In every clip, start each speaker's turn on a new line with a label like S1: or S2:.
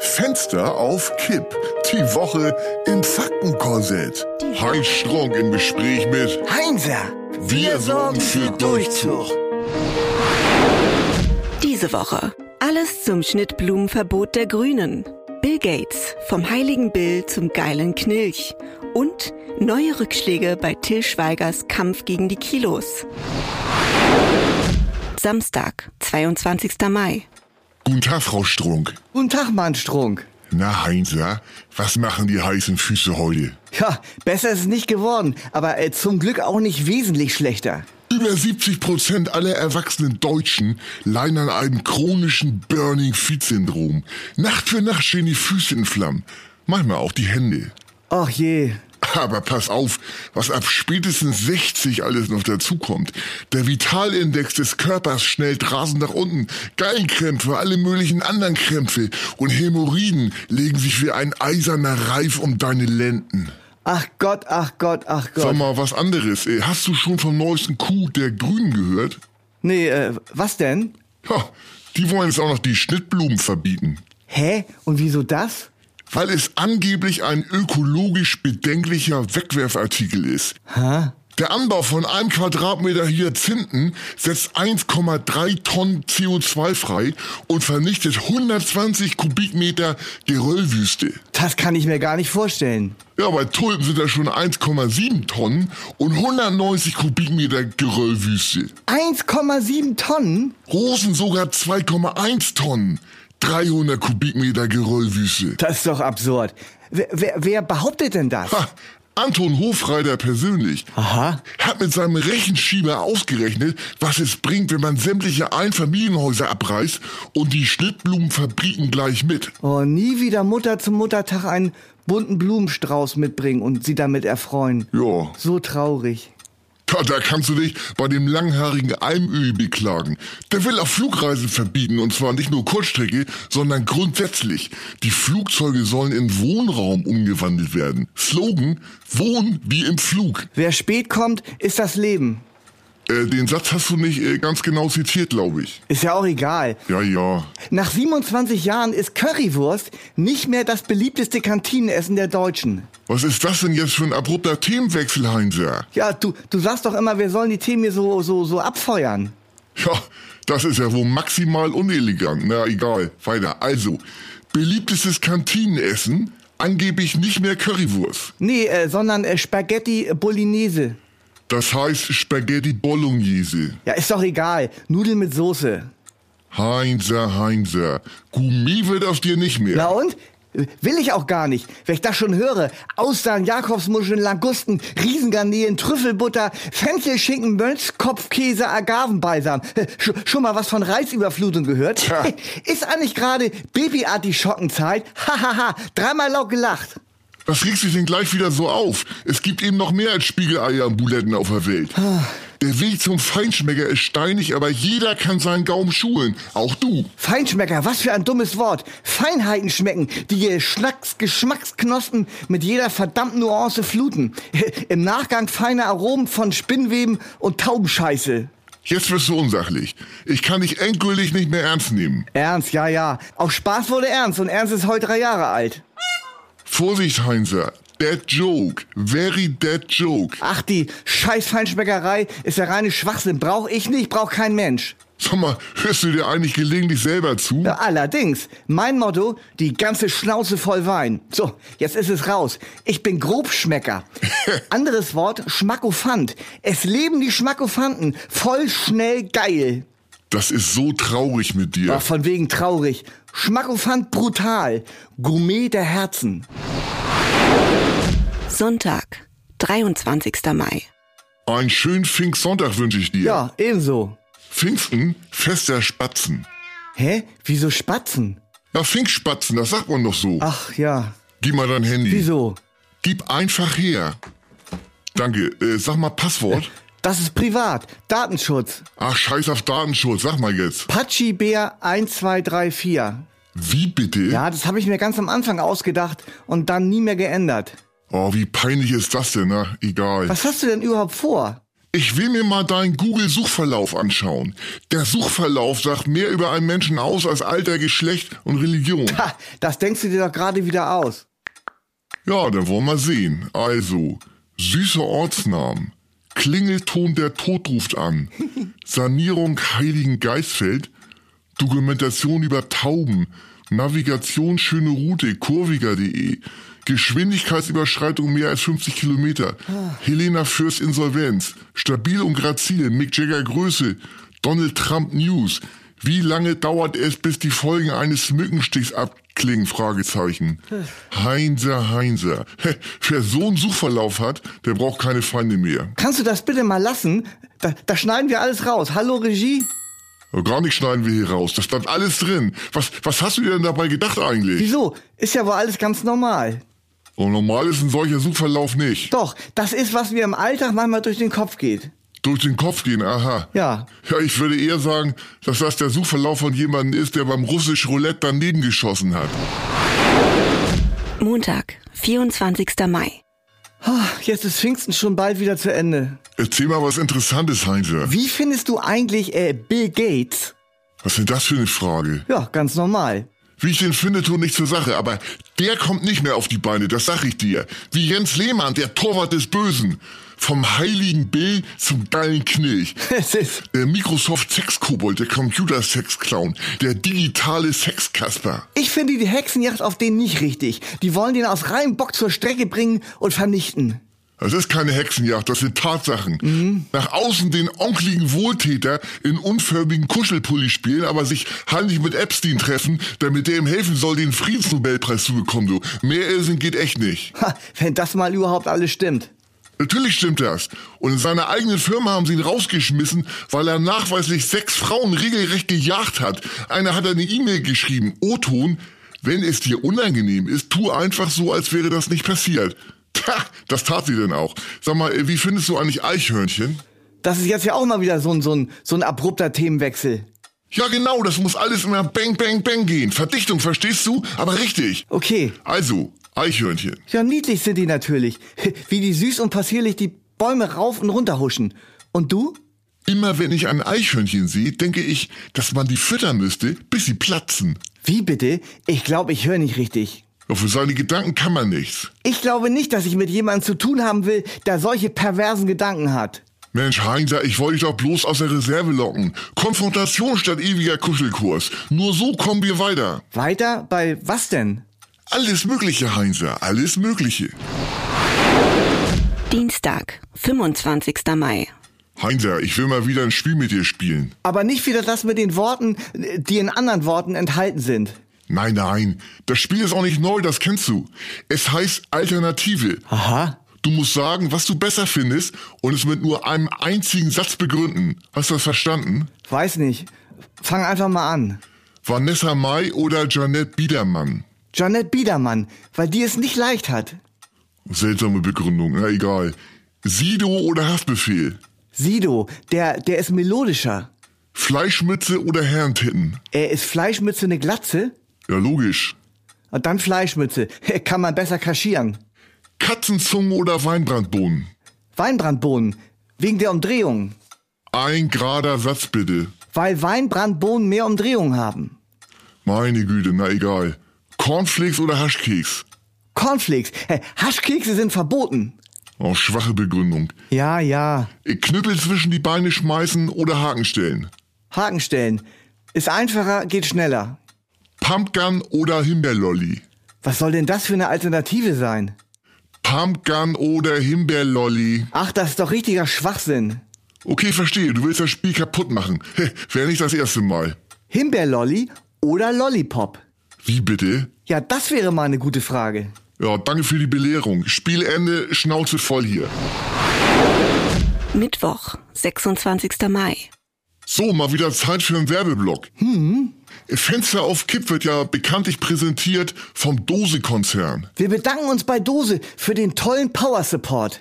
S1: Fenster auf Kipp. Die Woche im Faktenkorsett. Heinz Strunk im Gespräch mit
S2: Heinzer,
S1: Wir sorgen für Durchzug.
S3: Diese Woche. Alles zum Schnittblumenverbot der Grünen. Bill Gates vom heiligen Bill zum geilen Knilch. Und neue Rückschläge bei Till Schweigers Kampf gegen die Kilos. Samstag, 22. Mai.
S1: Guten Tag, Frau Strunk.
S2: Guten Tag, Mann Strunk.
S1: Na, Heinzer, was machen die heißen Füße heute?
S2: Ja, besser ist es nicht geworden, aber äh, zum Glück auch nicht wesentlich schlechter.
S1: Über 70 Prozent aller erwachsenen Deutschen leiden an einem chronischen Burning Feet Syndrom. Nacht für Nacht stehen die Füße in Flammen. Manchmal auch die Hände.
S2: Och je.
S1: Aber pass auf, was ab spätestens 60 alles noch dazukommt. Der Vitalindex des Körpers schnellt rasend nach unten. Gallenkrämpfe, alle möglichen anderen Krämpfe und Hämorrhoiden legen sich wie ein eiserner Reif um deine Lenden.
S2: Ach Gott, ach Gott, ach Gott.
S1: Sag mal was anderes. ey. Hast du schon vom neuesten Coup der Grünen gehört?
S2: Nee, äh, was denn?
S1: Ha, die wollen jetzt auch noch die Schnittblumen verbieten.
S2: Hä? Und wieso das?
S1: Weil es angeblich ein ökologisch bedenklicher Wegwerfartikel ist.
S2: Hä?
S1: Der Anbau von einem Quadratmeter Hyazinthen setzt 1,3 Tonnen CO2 frei und vernichtet 120 Kubikmeter Geröllwüste.
S2: Das kann ich mir gar nicht vorstellen.
S1: Ja, bei Tulpen sind das schon 1,7 Tonnen und 190 Kubikmeter Geröllwüste.
S2: 1,7 Tonnen?
S1: Rosen sogar 2,1 Tonnen, 300 Kubikmeter Geröllwüste.
S2: Das ist doch absurd. Wer, wer, wer behauptet denn das?
S1: Ha, Anton Hofreiter persönlich
S2: Aha.
S1: hat mit seinem Rechenschieber ausgerechnet, was es bringt, wenn man sämtliche Einfamilienhäuser abreißt und die Schnittblumenfabriken gleich mit.
S2: Oh, nie wieder Mutter zum Muttertag einen bunten Blumenstrauß mitbringen und sie damit erfreuen.
S1: Ja,
S2: So traurig.
S1: da, da kannst du dich bei dem langhaarigen Almöhi beklagen. Der will auch Flugreisen verbieten und zwar nicht nur Kurzstrecke, sondern grundsätzlich. Die Flugzeuge sollen in Wohnraum umgewandelt werden. Slogan, Wohn wie im Flug.
S2: Wer spät kommt, ist das Leben.
S1: Äh, den Satz hast du nicht äh, ganz genau zitiert, glaube ich.
S2: Ist ja auch egal.
S1: Ja, ja.
S2: Nach 27 Jahren ist Currywurst nicht mehr das beliebteste Kantinenessen der Deutschen.
S1: Was ist das denn jetzt für ein abrupter Themenwechsel, Heinzer?
S2: Ja, du, du sagst doch immer, wir sollen die Themen hier so, so, so abfeuern.
S1: Ja, das ist ja wohl maximal unelegant. Na egal, weiter. Also, beliebtestes Kantinenessen, angeblich nicht mehr Currywurst.
S2: Nee, äh, sondern äh, Spaghetti Bolognese.
S1: Das heißt Spaghetti Bolognese.
S2: Ja, ist doch egal. Nudeln mit Soße.
S1: Heinzer, Heinzer, Gourmet wird aus dir nicht mehr.
S2: Na und? Äh, Will ich auch gar nicht. Wenn ich das schon höre, Austern, Jakobsmuscheln, Langusten, Riesengarnelen, Trüffelbutter, Fenchelschinken, Mönchskopfkäse, Agavenbalsam. Äh, Sch schon mal was von Reizüberflutung gehört?
S1: Tja.
S2: Ist eigentlich gerade Babyartischockenzeit? Hahaha, dreimal laut gelacht.
S1: Was regst dich denn gleich wieder so auf? Es gibt eben noch mehr als Spiegeleier und Buletten auf der Welt. Der Weg zum Feinschmecker ist steinig, aber jeder kann seinen Gaumen schulen. Auch du.
S2: Feinschmecker, was für ein dummes Wort. Feinheiten schmecken, die ihr Schnacks Geschmacksknospen mit jeder verdammten Nuance fluten. Im Nachgang feine Aromen von Spinnweben und Taubenscheiße.
S1: Jetzt wirst du unsachlich. Ich kann dich endgültig nicht mehr ernst nehmen.
S2: Ernst, ja, ja. Auch Spaß wurde ernst und Ernst ist heute drei Jahre alt.
S1: Vorsicht, Heinzer. Dead Joke. Very dead Joke.
S2: Ach, die scheiß Feinschmeckerei ist der reine Schwachsinn. Brauch ich nicht, braucht kein Mensch.
S1: Sag mal, hörst du dir eigentlich gelegentlich selber zu?
S2: Ja, allerdings, mein Motto, die ganze Schnauze voll Wein. So, jetzt ist es raus. Ich bin Grobschmecker. Anderes Wort, Schmackofant. Es leben die Schmackofanten. Voll schnell geil.
S1: Das ist so traurig mit dir.
S2: Ach, von wegen traurig. Schmackofant brutal. Gourmet der Herzen.
S3: Sonntag, 23. Mai.
S1: Einen schönen Pfingstsonntag wünsche ich dir.
S2: Ja, ebenso.
S1: Pfingsten, Fest der Spatzen.
S2: Hä? Wieso Spatzen?
S1: Ja, Pfingstspatzen, das sagt man doch so.
S2: Ach ja.
S1: Gib mal dein Handy.
S2: Ah. Wieso?
S1: Gib einfach her. Danke. Äh, sag mal Passwort.
S2: Das ist privat. Datenschutz.
S1: Ach, scheiß auf Datenschutz. Sag mal jetzt.
S2: Pachi Bär 1234.
S1: Wie bitte?
S2: Ja, das habe ich mir ganz am Anfang ausgedacht und dann nie mehr geändert.
S1: Oh, wie peinlich ist das denn, na? Egal.
S2: Was hast du denn überhaupt vor?
S1: Ich will mir mal deinen Google-Suchverlauf anschauen. Der Suchverlauf sagt mehr über einen Menschen aus als Alter, Geschlecht und Religion.
S2: Ha, das denkst du dir doch gerade wieder aus.
S1: Ja, dann wollen wir sehen. Also, süßer Ortsnamen. Klingelton, der Tod ruft an. Sanierung Heiligen Geistfeld. Dokumentation über Tauben. Navigation schöne Route, kurviger.de. Geschwindigkeitsüberschreitung mehr als 50 Kilometer. Helena Fürst Insolvenz. Stabil und grazil. Mick Jagger Größe. Donald Trump News. Wie lange dauert es, bis die Folgen eines Mückenstichs abklingen? Fragezeichen. Heinzer, Heinzer. Hä, Wer so einen Suchverlauf hat, der braucht keine Feinde mehr.
S2: Kannst du das bitte mal lassen? Da, da schneiden wir alles raus. Hallo Regie?
S1: Gar nicht schneiden wir hier raus. Das bleibt alles drin. Was, was hast du dir denn dabei gedacht eigentlich?
S2: Wieso? Ist ja wohl alles ganz normal.
S1: Und normal ist ein solcher Suchverlauf nicht.
S2: Doch, das ist, was mir im Alltag manchmal durch den Kopf geht.
S1: Durch den Kopf gehen, aha.
S2: Ja.
S1: Ja, ich würde eher sagen, dass das der Suchverlauf von jemandem ist, der beim russisch Roulette daneben geschossen hat.
S3: Montag, 24. Mai.
S2: Jetzt ist Pfingsten schon bald wieder zu Ende.
S1: Erzähl mal was Interessantes, Heinze.
S2: Wie findest du eigentlich äh, Bill Gates?
S1: Was ist denn das für eine Frage?
S2: Ja, ganz normal.
S1: Wie ich den finde, tut nicht zur Sache, aber der kommt nicht mehr auf die Beine, das sag ich dir. Wie Jens Lehmann, der Torwart des Bösen. Vom heiligen Bill zum geilen Knilch.
S2: Es ist.
S1: Der Microsoft Sexkobold, der Computer Sexclown, der digitale Sexkasper.
S2: Ich finde die Hexenjacht auf den nicht richtig. Die wollen den aus reinem Bock zur Strecke bringen und vernichten.
S1: Das ist keine Hexenjagd, das sind Tatsachen. Nach außen den onkligen Wohltäter in unförmigen Kuschelpulli spielen, aber sich heimlich mit Epstein treffen, damit der ihm helfen soll, den Friedensnobelpreis zu bekommen, du. Mehr Irrsinn geht echt nicht.
S2: Ha, wenn das mal überhaupt alles stimmt.
S1: Natürlich stimmt das. Und in seiner eigenen Firma haben sie ihn rausgeschmissen, weil er nachweislich sechs Frauen regelrecht gejagt hat. Einer hat eine E-Mail geschrieben, O-Ton, wenn es dir unangenehm ist, tu einfach so, als wäre das nicht passiert. Tja, das tat sie denn auch. Sag mal, wie findest du eigentlich Eichhörnchen?
S2: Das ist jetzt ja auch mal wieder so ein, so ein, so ein abrupter Themenwechsel.
S1: Ja genau, das muss alles immer bang, bang, bang gehen. Verdichtung, verstehst du? Aber richtig.
S2: Okay.
S1: Also, Eichhörnchen.
S2: Ja, niedlich sind die natürlich. Wie die süß und passierlich die Bäume rauf und runter huschen. Und du?
S1: Immer wenn ich ein Eichhörnchen sehe, denke ich, dass man die füttern müsste, bis sie platzen.
S2: Wie bitte? Ich glaube, ich höre nicht richtig.
S1: Doch für seine Gedanken kann man nichts.
S2: Ich glaube nicht, dass ich mit jemandem zu tun haben will, der solche perversen Gedanken hat.
S1: Mensch, Heinzer, ich wollte dich doch bloß aus der Reserve locken. Konfrontation statt ewiger Kuschelkurs. Nur so kommen wir weiter.
S2: Weiter? Bei was denn?
S1: Alles Mögliche, Heinzer, alles Mögliche.
S3: Dienstag, 25. Mai.
S1: Heinzer, ich will mal wieder ein Spiel mit dir spielen.
S2: Aber nicht wieder das mit den Worten, die in anderen Worten enthalten sind.
S1: Nein, nein, das Spiel ist auch nicht neu, das kennst du. Es heißt Alternative.
S2: Aha.
S1: Du musst sagen, was du besser findest und es mit nur einem einzigen Satz begründen. Hast du das verstanden?
S2: Weiß nicht. Fang einfach mal an.
S1: Vanessa Mai oder Janette Biedermann?
S2: Janet Biedermann, weil die es nicht leicht hat.
S1: Seltsame Begründung, na egal. Sido oder Haftbefehl?
S2: Sido, der, der ist melodischer.
S1: Fleischmütze oder Herrentitten?
S2: Er ist Fleischmütze eine Glatze
S1: Ja, logisch.
S2: und dann Fleischmütze. Kann man besser kaschieren.
S1: Katzenzunge oder Weinbrandbohnen?
S2: Weinbrandbohnen, wegen der Umdrehung.
S1: Ein gerader Satz bitte.
S2: Weil Weinbrandbohnen mehr Umdrehung haben.
S1: Meine Güte, na egal. Cornflakes oder Haschkeks?
S2: Cornflakes, Haschkekse sind verboten.
S1: Auch schwache Begründung.
S2: Ja, ja.
S1: Knüppel zwischen die Beine schmeißen oder Haken stellen?
S2: Haken stellen. Ist einfacher, geht schneller.
S1: Pumpgun oder Himbeerlolli?
S2: Was soll denn das für eine Alternative sein?
S1: Pumpgun oder Himbeerlolli?
S2: Ach, das ist doch richtiger Schwachsinn.
S1: Okay, verstehe, du willst das Spiel kaputt machen. Hä, Wäre nicht das erste Mal.
S2: Himbeerlolli oder Lollipop?
S1: Wie bitte?
S2: Ja, das wäre mal eine gute Frage.
S1: Ja, danke für die Belehrung. Spielende, Schnauze voll hier.
S3: Mittwoch, 26. Mai.
S1: So, mal wieder Zeit für einen Werbeblock. Hm. Fenster auf Kipp wird ja bekanntlich präsentiert vom Dose-Konzern.
S2: Wir bedanken uns bei Dose für den tollen Power Support.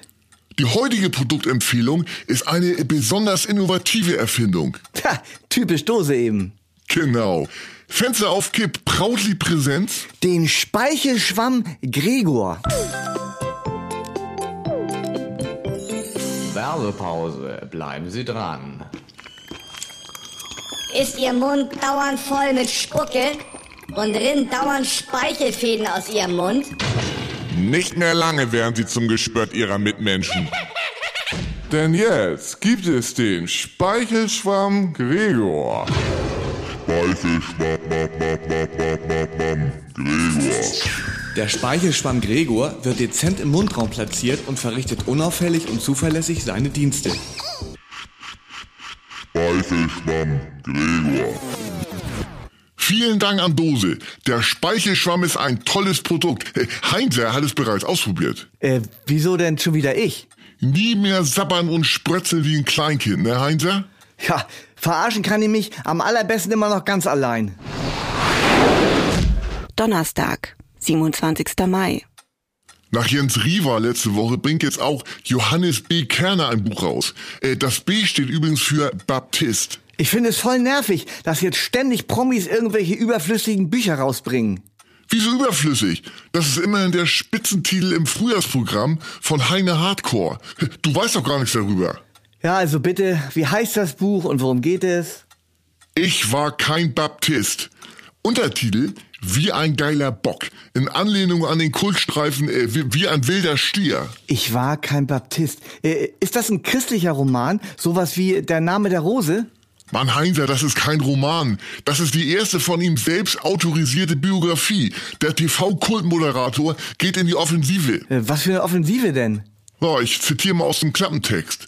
S1: Die heutige Produktempfehlung ist eine besonders innovative Erfindung.
S2: Tja, typisch Dose eben.
S1: Genau. Fenster auf Kipp, proudly Präsenz.
S2: Den Speichelschwamm Gregor.
S4: Werbepause. Bleiben Sie dran.
S5: Ist Ihr Mund dauernd voll mit Spucke und rinnt dauernd Speichelfäden aus Ihrem Mund?
S6: Nicht mehr lange werden sie zum Gespött ihrer Mitmenschen. Denn jetzt gibt es den Speichelschwamm Gregor.
S1: Speichelschwamm, bam, bam, bam, bam, bam, bam, Gregor.
S7: Der Speichelschwamm Gregor wird dezent im Mundraum platziert und verrichtet unauffällig und zuverlässig seine Dienste.
S1: Speichelschwamm, Gregor. Vielen Dank an Dose. Der Speichelschwamm ist ein tolles Produkt. Heinzer hat es bereits ausprobiert.
S2: Äh, wieso denn schon wieder ich?
S1: Nie mehr sabbern und sprötzeln wie ein Kleinkind, ne Heinzer?
S2: Ja, verarschen kann ich mich am allerbesten immer noch ganz allein.
S3: Donnerstag, 27. Mai.
S1: Nach Jens Riva letzte Woche bringt jetzt auch Johannes B. Kerner ein Buch raus. Äh, Das B steht übrigens für Baptist.
S2: Ich finde es voll nervig, dass jetzt ständig Promis irgendwelche überflüssigen Bücher rausbringen.
S1: Wieso überflüssig? Das ist immerhin der Spitzentitel im Frühjahrsprogramm von Heine Hardcore. Du weißt doch gar nichts darüber.
S2: Ja, also bitte, wie heißt das Buch und worum geht es?
S1: Ich war kein Baptist. Untertitel Wie ein geiler Bock. In Anlehnung an den Kultstreifen äh, wie, wie ein wilder Stier.
S2: Ich war kein Baptist. Äh, ist das ein christlicher Roman? Sowas wie Der Name der Rose?
S1: Mann, Heinzer, das ist kein Roman. Das ist die erste von ihm selbst autorisierte Biografie. Der TV-Kultmoderator geht in die Offensive.
S2: Äh, was für eine Offensive denn?
S1: So, ich zitiere mal aus dem Klappentext.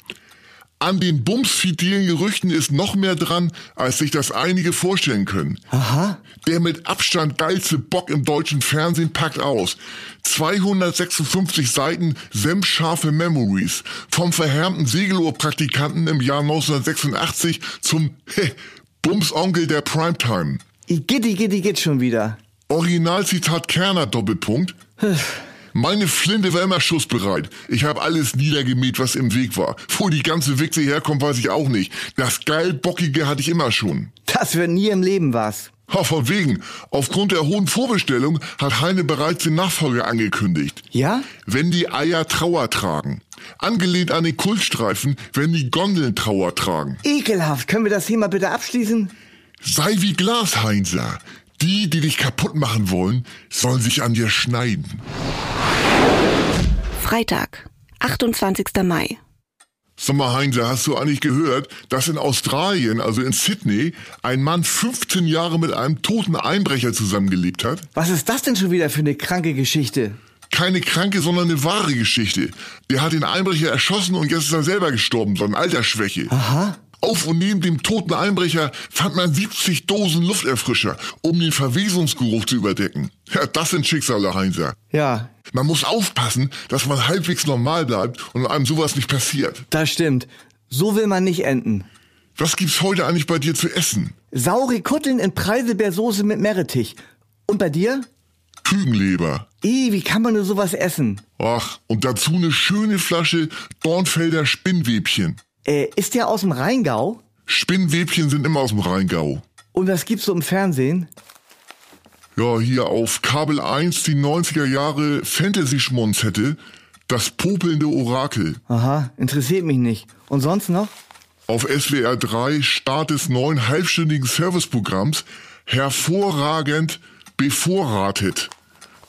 S1: An den bumsfideelen Gerüchten ist noch mehr dran, als sich das einige vorstellen können.
S2: Aha.
S1: Der mit Abstand geilste Bock im deutschen Fernsehen packt aus. 256 Seiten senfscharfe Memories. Vom verhärmten Segelohrpraktikanten im Jahr 1986 zum heh, Bumsonkel der Primetime.
S2: Igitti, gitti, gitt schon wieder.
S1: Originalzitat Kerner Doppelpunkt. Meine Flinte war immer schussbereit. Ich habe alles niedergemäht, was im Weg war. Wo die ganze Wichse herkommt, weiß ich auch nicht. Das geil Bockige hatte ich immer schon.
S2: Das wird nie im Leben was.
S1: Ha, von wegen. Aufgrund der hohen Vorbestellung hat Heine bereits den Nachfolger angekündigt.
S2: Ja?
S1: Wenn die Eier Trauer tragen. Angelehnt an den Kultstreifen, wenn die Gondeln Trauer tragen.
S2: Ekelhaft. Können wir das Thema bitte abschließen?
S1: Sei wie Glas, Heinzer. Die, die dich kaputt machen wollen, sollen sich an dir schneiden.
S3: Freitag, 28. Mai.
S1: Sag mal, Heinze, hast du eigentlich gehört, dass in Australien, also in Sydney, ein Mann 15 Jahre mit einem toten Einbrecher zusammengelebt hat?
S2: Was ist das denn schon wieder für eine kranke Geschichte?
S1: Keine kranke, sondern eine wahre Geschichte. Der hat den Einbrecher erschossen und jetzt ist er selber gestorben, so eine Altersschwäche.
S2: Aha.
S1: Auf und neben dem toten Einbrecher fand man 70 Dosen Lufterfrischer, um den Verwesungsgeruch zu überdecken. Ja, das sind Schicksale, Heinzer.
S2: Ja,
S1: Man muss aufpassen, dass man halbwegs normal bleibt und einem sowas nicht passiert.
S2: das stimmt. So will man nicht enden.
S1: Was gibt's heute eigentlich bei dir zu essen?
S2: Saure Kutteln in Preiselbeersoße mit Meerrettich. Und bei dir?
S1: Kügenleber.
S2: Ih, wie kann man nur sowas essen?
S1: Ach, und dazu eine schöne Flasche Dornfelder Spinnwebchen.
S2: Äh, ist der aus dem Rheingau?
S1: Spinnwebchen sind immer aus dem Rheingau.
S2: Und was gibt's so im Fernsehen?
S1: Ja, hier auf Kabel 1 die 90er Jahre Fantasy-Schmonzette. Das popelnde Orakel.
S2: Aha, interessiert mich nicht. Und sonst noch?
S1: Auf SWR 3 Start des neuen halbstündigen Serviceprogramms. Hervorragend bevorratet.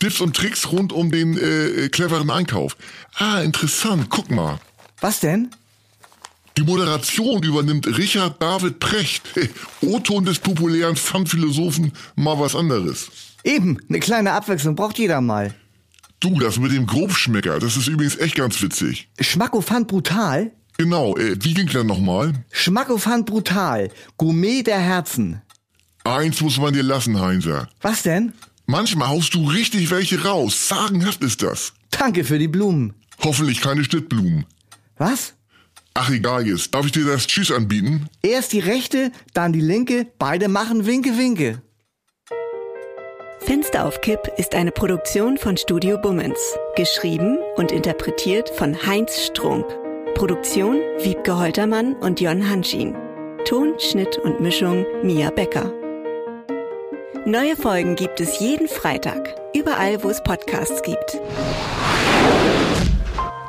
S1: Tipps und Tricks rund um den äh, äh, cleveren Einkauf. Ah, interessant. Guck mal.
S2: Was denn?
S1: Die Moderation übernimmt Richard David Precht. O-Ton des populären Fun-Philosophen mal was anderes.
S2: Eben, eine kleine Abwechslung braucht jeder mal.
S1: Du, das mit dem Grobschmecker, das ist übrigens echt ganz witzig.
S2: Schmackofant brutal?
S1: Genau, äh, wie ging der nochmal?
S2: Schmackofant brutal. Gourmet der Herzen.
S1: Eins muss man dir lassen, Heinzer.
S2: Was denn?
S1: Manchmal haust du richtig welche raus. Sagenhaft ist das.
S2: Danke für die Blumen.
S1: Hoffentlich keine Schnittblumen.
S2: Was?
S1: Ach, egal jetzt. Darf ich dir das Tschüss anbieten?
S2: Erst die rechte, dann die linke, beide machen Winke Winke.
S3: Fenster auf Kipp ist eine Produktion von Studio Bummens. Geschrieben und interpretiert von Heinz Strunk. Produktion Wiebke Holtermann und Jon Hanschin. Ton, Schnitt und Mischung Mia Becker. Neue Folgen gibt es jeden Freitag, überall wo es Podcasts gibt.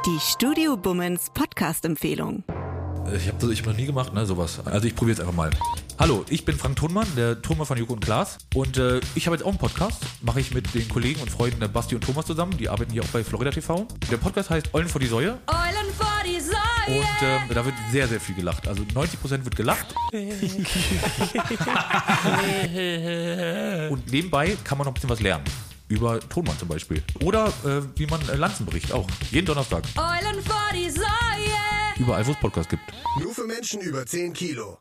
S3: Die Studio Bummens Podcast-Empfehlung.
S8: Ich habe ich hab noch nie gemacht, ne, sowas. Also ich probiere jetzt einfach mal. Hallo, ich bin Frank Thunmann, der Thunmann von Joko und Klaas. Und äh, ich habe jetzt auch einen Podcast. Mache ich mit den Kollegen und Freunden äh, Basti und Thomas zusammen. Die arbeiten hier auch bei Florida TV. Der Podcast heißt Eulen vor die Säue.
S9: Eulen vor die Säue.
S8: Und ähm, da wird sehr, sehr viel gelacht. Also 90% wird gelacht. und nebenbei kann man noch ein bisschen was lernen. Über Tonmann zum Beispiel. Oder äh, wie man äh, Lanzen bricht, auch. Jeden Donnerstag.
S9: Eulen vor die Säue.
S8: Überall, wo es Podcasts gibt.
S10: Nur für Menschen über 10 Kilo.